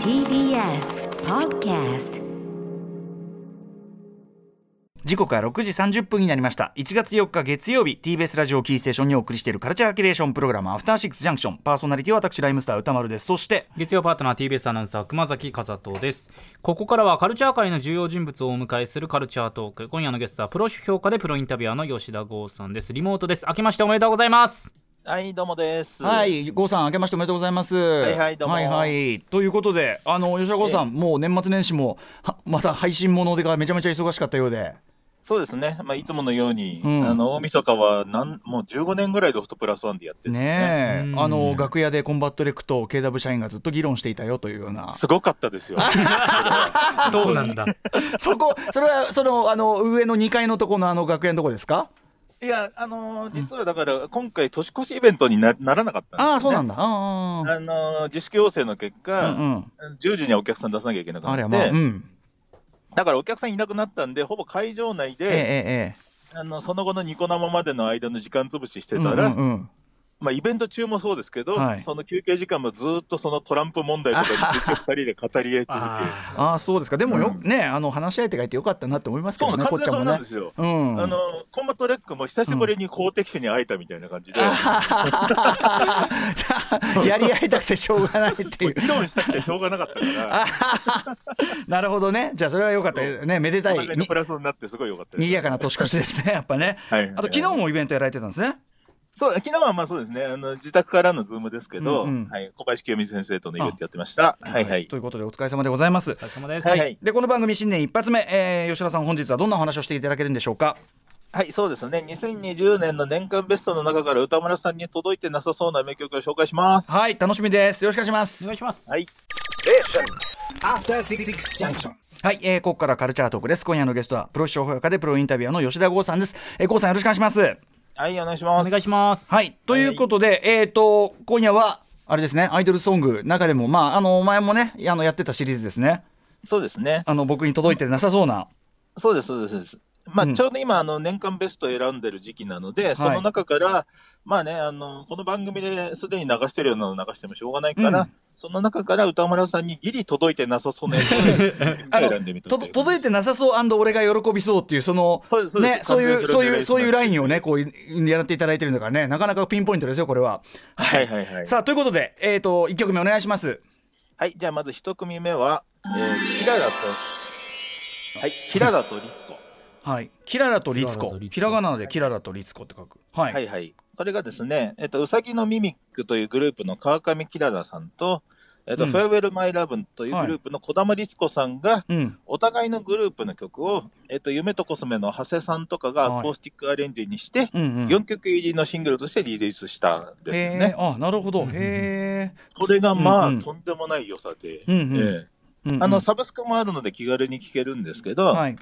TBS Podcast 時刻は6時30分になりました1月4日月曜日 TBS ラジオキーステーションにお送りしているカルチャーキュレーションプログラムアフターシックスジャンクションパーソナリティは私ライムスター歌丸ですそして月曜パートナー TBS アナウンサー熊崎和人ですここからはカルチャー界の重要人物をお迎えするカルチャートーク今夜のゲストはプロ評価でプロインタビュアーの吉田剛さんですリモートです明けましておめでとうございますはい、どうもです。はい郷さん明けましておめでとうございますはいはいどうもはいはいということであの吉田郷さんもう年末年始もはまた配信ものでがめちゃめちゃ忙しかったようでそうですね。まあ、いつものように、うんあの、大晦日は、なん、もう15年ぐらいロフトプラスワンでやってるんですね。ねえうんあの楽屋でコンバットレクと KW 社員がずっと議論していたよというようなすごかったですよ。そうなんだ そこそれはそのあの上の2階のとこのあの楽屋のとこですかいや、あのー実はだから、今回年越しイベントになならなかったんです、ね。ああそうなんだあーあのー自粛要請の結果、うんうん10時にはお客さん出さなきゃいけなくなっあて、れはまあうんだからお客さんいなくなったんで、ほぼ会場内ええで、ええあのその後のニコ生までの間の時間潰ししてええたら、うんうんうんまあ、イベント中もそうですけど、はいその休憩時間もずっとそのトランプ問題とかについて2人で語り合い続け、あああそうですかでもよ、ねあの話し相手がいてよかったなって思いますけそうどなねこっの、完ち全ゃそんうもねうなんですよ。んあのコンバットレックも久しぶりに公的手に会えたみたいな感じで、 やり合いたくてしょうがないってい もうう議論したくてしょうがなかったから、なるほどねじゃあそれはよかったねめでたおい互いのにプラスになってすごい良かったです賑やかな年越しですねやっぱね、はいあと昨日もイベントやられてたんですねそう昨日はまあそうですねあの、自宅からのズームですけど、うんうんはい、小林清美先生とのイベントやってました。はいはい。ということでお疲れ様でございますお疲れ様です、はいはいでこの番組新年一発目、えー吉田さん本日はどんなお話をしていただけるんでしょうかはい、そうですね、2020年の年間ベストの中から歌村さんに届いてなさそうな名曲を紹介します。はい楽しみですよろしくお願いしまおす願いします、はい。 After Six Junction. はい、えーここからカルチャートークです今夜のゲストはプロ視聴評価でプロインタビュアーの吉田剛さんです、えー、剛さんよろしくお願いしますはい、お願いします。お願いしますはい、ということで、えっ、と、今夜は、あれですね、アイドルソング、中でも、まあ、あの、前もね、あの、やってたシリーズですね。す。そうですね。あの、僕に届いてなさそうな。そうです、そうですそうです。まあ、うんちょうど今、あの、年間ベストを選んでる時期なので、その中から、まあね、あの、この番組ですでに流してるようなの流してもしょうがないから、うんその中から歌村さんにギリ届いてなさそうなやつを あの選んでみたとという届いてなさそう俺が喜びそうっていう、その、そうですそうですね、そういう、完そう全いう、にそそうれいうをおラ願いインしますをね、こう、やっていただいてるんだからね、なかなかピンポイントですよ、これは。はいはいはい。さあ、ということで、えっ、と、1曲目お願いします。はい、じゃあまず一組目は、えー、キララと、はい、キララとリツコ。はい。キララとリツキララとコ。リツコひらがなでキララとリツコって書く。 はい。はいはい。これがですね、えっと、うさぎのミミックというグループの川上キララさんと、えっと、うんフェアウェルマイラブンというグループの小玉律子さんが、うん。お互いのグループの曲を、えっと、夢とコスメの長谷さんとかがはいアコースティックアレンジにして、うんうん。 4曲入りのシングルとしてリリースしたんですよへね。ーあ、なるほど。うんうんうんへこれがまあ、うんうんとんでもない良さで、うんうんえええ。あの、サブスクもあるので気軽に聴けるんですけど、はい。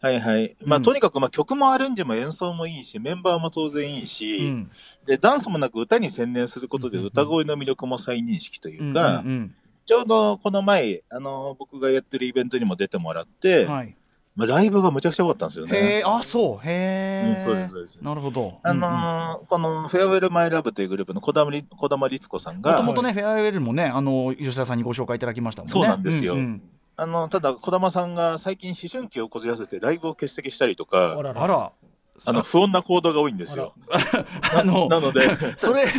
はいはい。まあ、うんとにかく、まあ、曲もアレンジも演奏もいいし、メンバーも当然いいし、うんで、ダンスもなく歌に専念することでうんうんうん歌声の魅力も再認識といううんか、うんちょうどこの前、あの、僕がやってるイベントにも出てもらっうて、んはい。まあ、ライブがむちゃくちゃ良かったんですよへね。え、あ、そう、へうえ。ん、そうです、そうです。なるほど。あのーこの、フェアウェルマイラブというグループの小玉り小玉律子さんが、もともとね、フェアウェルもね、あの、吉田さんにご紹介いただきましたもんね。そうなんですようんあの、ただ小玉さんが最近思春期をこじらせてライブを欠席したりとか、らあら、あの、不穏な行動が多いんですよ。あの、なので、 それ、思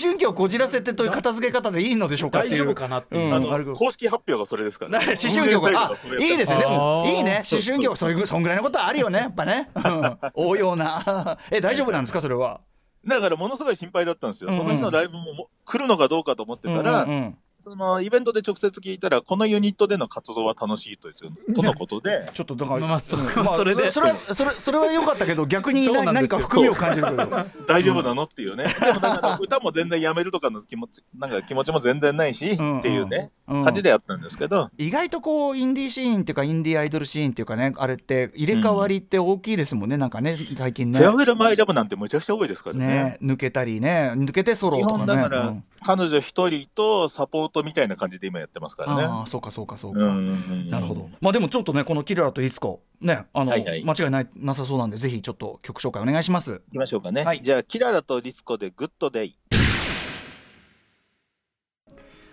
春期をこじらせてという片付け方でいいのでしょうかっ大てい丈夫う。かなってういんう、なあるほの、ど公式発表がそれですから、 な思春期をこ運営サイト あがそれやっいていですねでもいいねそ思うそう春期をそれぐそんぐらいのことはあるよねやっぱ ねうん応用な え大丈夫なんですかそれはだからものすごい心配だったんですよ。うんうんその日のライブもも来るのかどうかと思ってたら、うんうんうんそのイベントで直接聞いたら、このユニットでの活動は楽しいというとのことで、ちょっとだからまあそうんそれでそれはそれそれは良かったけど逆にそなうなん何ですかよ含みを感じるけど大丈夫なのっていうね。でもだから歌も全然やめるとかの気持ち、なんか気持ちも全然ないし、んうんっていうね、うん感じでやったんですけど、意外とこうインディーシーンっていうかインディーアイドルシーンっていうかねあれって入れ替わりって大きいですもんね、なんかね最近ねフェアウェルマイラブなんてむちゃくちゃ多いですからね。ね抜けたりね抜けてソロ基とか本ねだから、うん彼女一人とサポートみたいな感じで今やってますからね。ああそうかそうかそうか、うんうんうんなるほどまあでもちょっとねこのキララといつこねあの、はいはい間違いないなさそうなんでぜひちょっと曲紹介お願いしますいきましょうかね。はいじゃあ、キララとリスコでグッドデイ。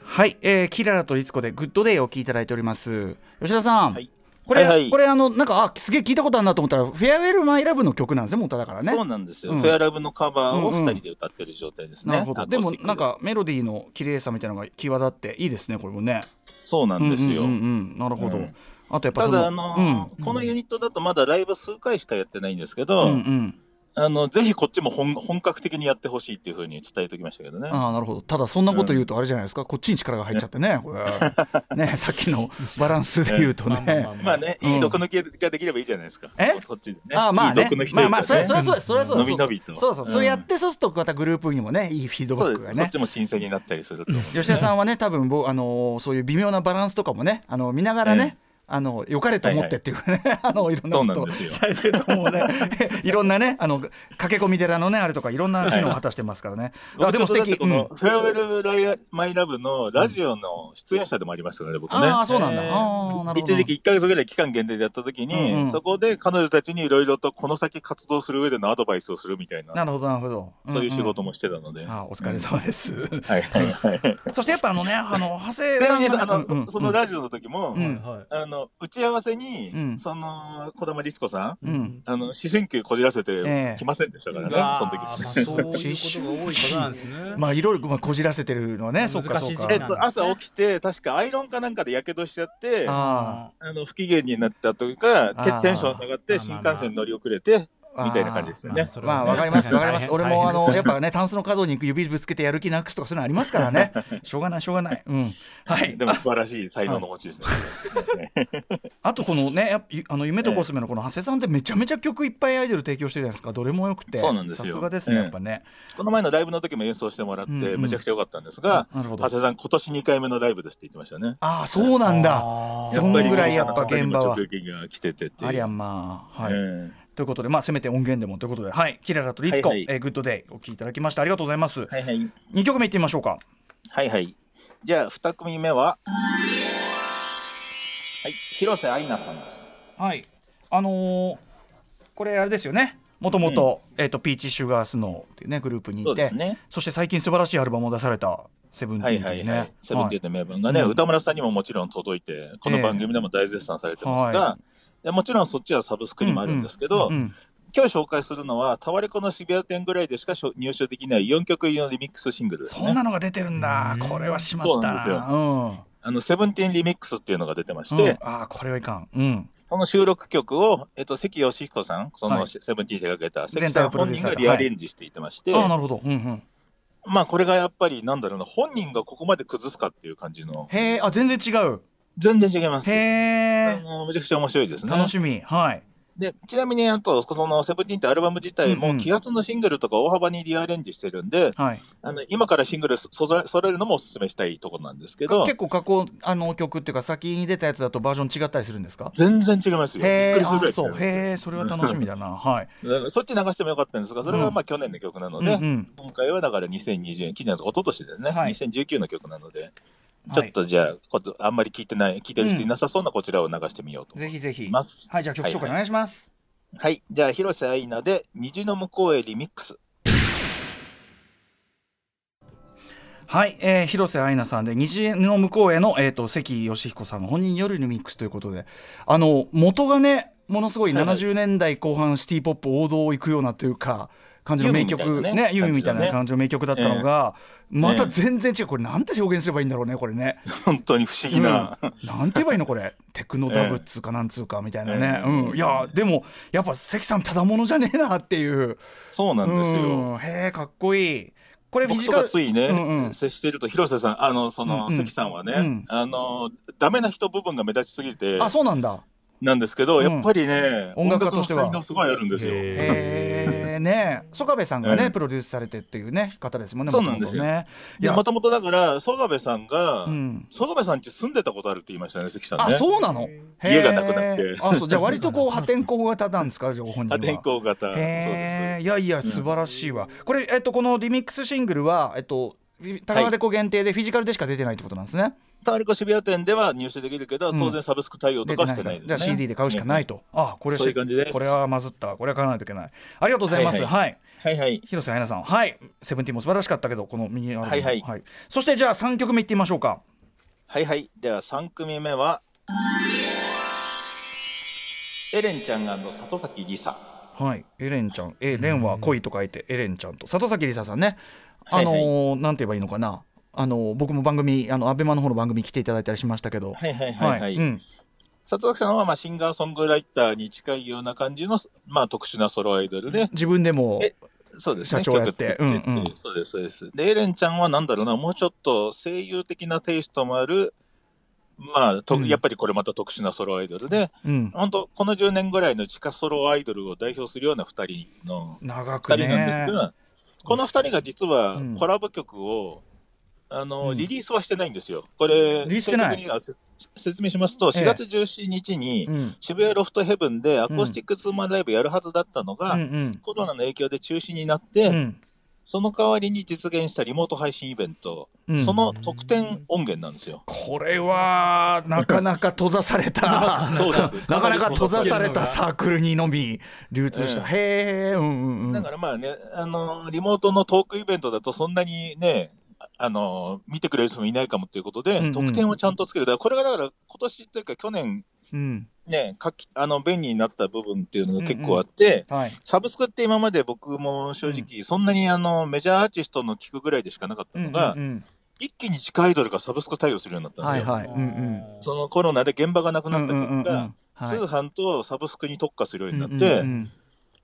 はい、えーキララとリツコでグッドデイをお聞きいただいております吉田さん、はいこれ、はいはいこれあのなんかあすげえ聞いたことあるなと思ったら「フェアウェルマイラブ」の曲なんですね元だからねそうなんですよ、うんフェアラブのカバーをうんうん2人で歌ってる状態ですね。なるほどアコでースもティックなんかメロディーの綺麗さみたいなのが際立っていいですねこれもねそうなんですよ。うんうんうんうんなるほど、うんあとやっぱたそのだ、あのーこのユニットだとまだライブ数回しかやってないんですけど、うんうんうんあの、ぜひこっちも本本格的にやってほしいっていうふうに伝えておきましたけどね。ああなるほどただそんなこと言うとあれじゃないですか、こっちに力が入っちゃってねこれね さっき のバランスで言うとまあまあまあねまあまあね、うんいい毒抜きができればいいじゃないですか。えこっちで ね。ああまあいねい毒抜きとまいあうまかあそれねそれそれそれそう伸び伸びとそうそううんそれやってそうするとまたグループにもねいいフィードバそうッでクがすそっねちも新鮮になったりすると思う。吉田さんはね多分僕あのーそういう微妙なバランスとかもねあの見ながらね、あの良かれと思ってっていうね、 あのいろんなことをそうなんですよされてると思うね いろんなねあの駆け込み寺のねあれとかいろんな機能を果たしてますからね、あでも素敵、僕ちうょっんとだってこの、フェアウェルライマイラブのラジオの出演者でもありましたからね、僕ね。ああそうなんだ、えーああなるほど一時期1ヶ月ぐらい期間限定でやった時に、うんうんそこで彼女たちにいろいろとこの先活動する上でのアドバイスをするみたいな、なるほどなるほどそういう仕んん事もしてたので。あお疲れ様です。はいはいはい。そしてやっぱあのね、あの長谷ちなさんみに、がねあの、うんうんそのラジオの時も、うんはいはいあの、打ち合わせに、うんその、小玉律子さん、うんあの、思春期こじらせええてきませんでしたからね、その時。 あーまあそういうことが多い方なんですね。まあいろいろまあこじらせてるのはね、そっか難そしっいか時。期えっなんと、朝起きて、確かアイロンかなんかで火傷しちゃって、ああの、不機嫌になったというか、あーテンション下がっあて、ー新幹線乗り遅れて、あみたいな感じですよね。それはまあねわかり ますわかりま大す。変俺もあ大の変やっぱねタンスの角に指ぶつけてやる気なくすとかそういうのありますから ね。しょうがないしょうがない。うん。はいで。も素晴らしい才能の持ちですね。あとこのねやっぱゆあの夢とコスメのこの長谷さんってめちゃめちゃ曲いっぱいアイドル提供してるじゃないですか。どれも良くて。そうなんですよさすがですねええやっぱね。この前のライブの時も演奏してもらって、うんうんめちゃくちゃ良かったんですが、なるほど長谷さん、今年2回目のライブですって言ってましたね。ああそうなんだ。あーそんぐらいやっぱこの現場は直撃が来ててっていう。ありゃまあはい。うんということでまあせめて音源でもということではいキララとリツコ、はいはえいーグッドデイお聞きいただきましたありがとうございます。はいはい。二曲目いってみましょうか。はいはい。じゃあ、2組目は、はい、広瀬愛菜さんです。はい、あのーこれあれですよね。もともと、えっ、と、ピーチシュガースノーっていうね、グループにいて。そうですねそして最近素晴らしいアルバムを出された。セブンテはィーいンはといういね。はい。セブンティーンの名分がね、うん歌村さんにももちろん届いて、この番組でも大絶賛されてますええはが、でもちろんそっちはサブスクにもあるんですけど、うん今日紹介するのは、タワレコの渋谷店ぐらいでしかしょ入手できない4曲入りのリミックスシングルですそんねな。のが出てるんだ。うんこれはしまったな。そううんうんあの、セブンティーンリミックスっていうのが出てまして、ああ、これはいかん。うん。その収録曲を、えっと、関義彦さん、そはのいセブンティーン手掛けた、全関体さをんプロ本デュー人サーががリアレンジしていてまして、ああ、なるほど。うんうん。まあこれがやっぱり、なんだろうな、本人がここまで崩すかっていう感じの、へえ、あ、全然違う。全然違います。へあえ。のめちゃくちゃ面白いですね。楽しみ。はい。で、ちなみに、あと、その、セブンティーンってアルバム自う体んうも、ん気圧のシングルとか大幅にリアレンジしてるんで、はい。あの、今からシングルそ揃え揃えるのもお勧めしたいところなんですけかど、結構過去、あの曲っていうか、先に出たやつだとバージョン違ったりするんですか。全然違いますよ。びっへくえ、りすあるぐらい違いそう。ますよへえ、それは楽しみだな。はい。だからそっち流してもよかったんですが、それはまあ去年の曲なので、うんうん今回はだから2020年、去年の一昨年ですね、はい2019の曲なので、ちはょいっとじゃあ、ことあんまり聞いてない、聞いてる人いなさそうなこちらを流してみようと思ぜいひぜひ。ます。はい、じゃあ曲紹介お願いします。はい、じゃあ、広瀬愛菜で、虹の向こうへリミックス。はい、えー広瀬愛菜さんで虹の向こうへの、えー、と関義彦さんの本人によるリミックスということであの元がねものすごいはいはい70年代後半シティ・ポップ王道を行くようなというか感じのユー名ミンみたいな曲ねねユーミンみたいな感じのね感じの名曲だったのが、また全然違うこれなんて表現すればいいんだろうねこれね、 本当に不思議な。うんなんて言えばいいのこれテクノダブっつうかなんつうかみたいなね、ええうん、いやでもやっぱ関さんただものじゃねえなっていうそうなんですよ。うんへえかっこいいこれフィ僕ジとカかルついね、うんうん接していると、広瀬さん、あの、その、うんうん関さんはね、うんあの、ダメな人部分が目立ちすぎて、あそうなんだなんですけど、うんやっぱりね、音楽家としては音楽の才能すごいあるんですよ。へえー、ねえ曽我部さんがね、うんプロデュースされてっていうね方ですもんねそうなんですよ元々ねいいや、やもともとだから、曽我部さんが、うん曽我部さん家住んでたことあるって言いましたね、関さんね。あそうなのへー家がなくなってあそうじゃあ割とこう破天荒型なんですかじゃあご本人は破天荒型。そうへえでいやいや素晴らしいわ、これえっとこのリミックスシングルはえっと高金子限定でフィジカルでしか出てないってことなんですね。タワレコ渋谷店では入手できるけど、うん当然サブスク対応出とかてないはしかてならいじゃあ CD で買うしかないと。ああこれはそういう感じですこれはまずったわこれは買わないといけない。ありがとうございます。はいはい。はいはい。広瀬アイナさんはいセブンティーンも素晴らしかったけどこのミニアルバムはいはいそしてじゃあ3曲目いってみましょうかはいはい。では3組目は、エレンちゃん里崎梨沙。はいエレンちゃんエレンは恋と書いてエレンちゃんと里崎梨沙さんねあのーはいなんて言えばいいのかなあのー僕も番組あのアベマの方の番組来ていただいたりしましたけどはいはいはいはい。うん里崎さんはまあシンガーソングライターに近いような感じの、まあ、特殊なソロアイドルで、自分でもえそうですね、社長やって曲作ってっていううんうんそうです、そうです。で、エレンちゃんはなんだろうな、もうちょっと声優的なテイストもある、まあ、とうんやっぱりこれまた特殊なソロアイドルで、うん本当この10年ぐらいの地下ソロアイドルを代表するような2人の長く2人なんですねが、この2人が実はうんコラボ曲を、あのうんリリースはしてないんですよ。これ、リリースしてない正確にはせ説明しますと、ええ4月17日に、うん渋谷ロフトヘブンでアコースティックツーマンライブやるはずだったのが、うんうんコロナの影響で中止になって、うんその代わりに実現したリモート配信イベント、うんその特典音源なんですよ。これはなかなか閉ざされた そうですなかなか閉ざされたサークルにのみ流通した、うんへえうんうんうだんからまあね、あのリモートのトークイベントだと、そんなにね、ああの見てくれる人もいないかもということで、うんうん特典をちゃんとつける、だからこれがだから、今年というか、去年、うんね、かきあの便利になった部分っていうのが結構あって、はいサブスクって今まで僕も正直、そんなにあのメジャーアーティストの聞くぐらいでしかなかったのが、うんうん一気に地下アイドルがサブスク対応するようになったんはでいすよ。はいうんうんそのコロナで現場がなくなったうんうんうんう結果ん、はい通販とサブスクに特化するようになっうてん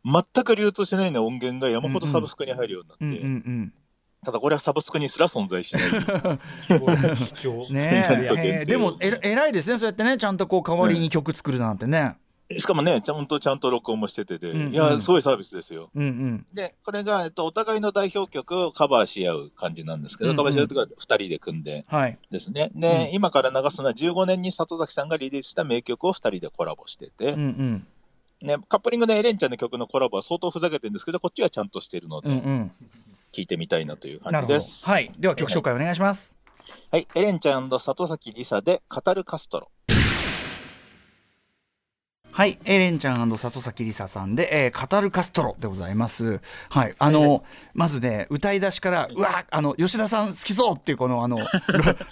う、ん全く流通してないような音源が山ほどサブスクに入るようになって、うんうんうんただこれはサブスクにすら存在しない。すごい卑怯ねちゃんと限定ええでもえ偉いですねそうやってねちゃんとこう代わりに曲作るなんてね しかもね、ちゃんとちゃんと録音もしててで、うんうんいや、すごいサービスですよ。うんうんで、これが、えっと、お互いの代表曲をカバーし合う感じなんですけど、うんうんカバーし合うというか、二人で組んではいですね。で、う今から流すのは15年に里崎さんがリリースした名曲を二人でコラボしてて、うんうんね、カップリングでエレンちゃんの曲のコラボは相当ふざけてるんですけど、こっちはちゃんとしてるので、うんうん聞いてみたいなというな感るほじでどす。はいでは曲紹介お願いしますはい、エレンちゃんと里崎梨沙で、語るカストロ。はい、エレンちゃん里崎梨沙さんで、えー、語るカストロでございます。はい、あの、まずね、歌い出しから、うわ、あの吉田さん好きそうっていうこのあ のロ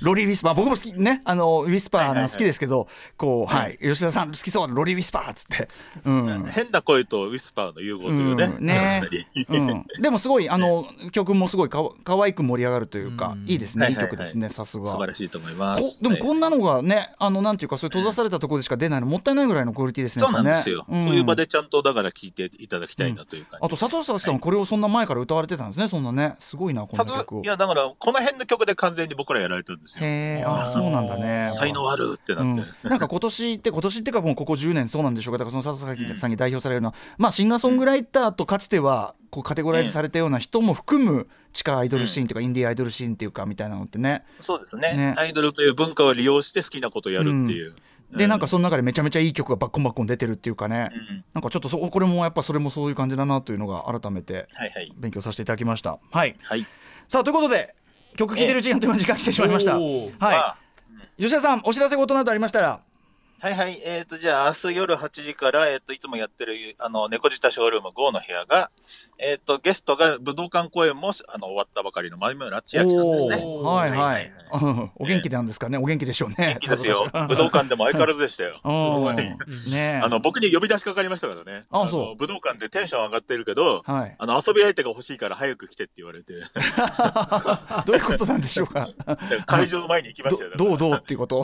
ロリーウィスパー、僕も好きね、あのウィスパーな好きですけど、こうはい、吉田さん好きそうロリーウィスパーっつって、うん。変な声とウィスパーの融合というね。うんねうん、でもすごいあの曲もすごいかわ可愛く盛り上がるというかうんいいですねはいいいはいはい曲ですねさすが素晴らしいと思いまこす。でもはいこんなのがねあのなんていうかそういう閉ざされたところでしか出ないのもったいないぐらいのクオリティですねそうなんやっぱねですよ。んこういう場でちゃんとだから聞いていただきたいなという感じ。あと佐藤崎さんはこれをそんな前から歌われてたんですね、そんなねすごいなこの佐曲を藤いやだからこの辺の曲で完全に僕らやられたんですよ。へえああそうなんだね才能あるってなうっんて。、なんか今年って今年ってかもうここ10年そうなんでしょうかだからその佐藤さんに代表されるのは、まあシンガーソングライターとかつてはこうカテゴライズされたような人も含む地下アイドルシーンというか、インディーアイドルシーンっていうかみたいなのってねそうですねねアイドルという文化を利用して好きなことをやるっていう。でうなんか、その中でめちゃめちゃいい曲がバッコンバッコン出てるっていうかね、うん、なんかちょっとそこれもやっぱそれもそういう感じだなというのが改めてはいはい勉強させていただきましたはいはい。さあということで曲聴いてるうちにあっという間に時間来てしまいました、おーはい、まあ吉田さんお知らせ事などありましたらはいはい。えっ、と、じゃあ、明日夜8時から、えっ、と、いつもやってる、あの、猫舌ショールーム GO の部屋が、えっ、と、ゲストが武道館公演も、あの、終わったばかりの前村千秋さんですね。おーはいははいい。うんお元気なんですかね。お元気でしょうね。いいですよ。そう武道館でも相変わらずでしたよ。 そうそうすうんねえ。あの、僕に呼び出しかかりましたからね。あそうの武道館でテンション上がってるけど、はい。あの、遊び相手が欲しいから早く来てって言 われて、どういうことなんでしょう か。会場の前に行きまどしたよ。だからどうどうっていうこと。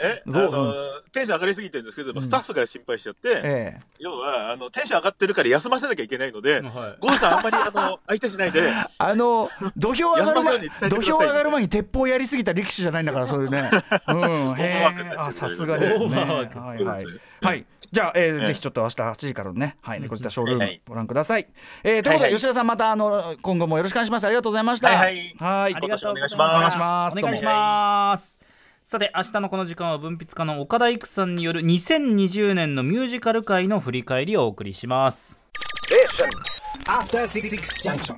えあどうのテンション上がりすぎてるんですけど、まあスタッフが心配しちゃって、ええ。要はあのテンション上がってるから休ませなきゃいけないのはで、いゴーさん、あんまりあの相手しない で、あの土俵上がる山の前ように伝えてくださ土い俵上がる前に鉄砲やりすぎた力士じゃないんだからそういう ね。うん。オーバーワークになっちゃうあさすがですオね。ーバーワークはいはいそうです。はい。じゃあええーえぜひちょっと明日8時からのね、はい猫舌ショールーはムいご覧ください。えーということはいではい吉田さんまたあの今後もよろしくお願いします。ありがとうございました。はいはいはいありがとうござい今年もお願いしますお願いします。さて明日のこの時間は文筆家の岡田育さんによる2020年のミュージカル界の振り返りをお送りします。 After Six Junction.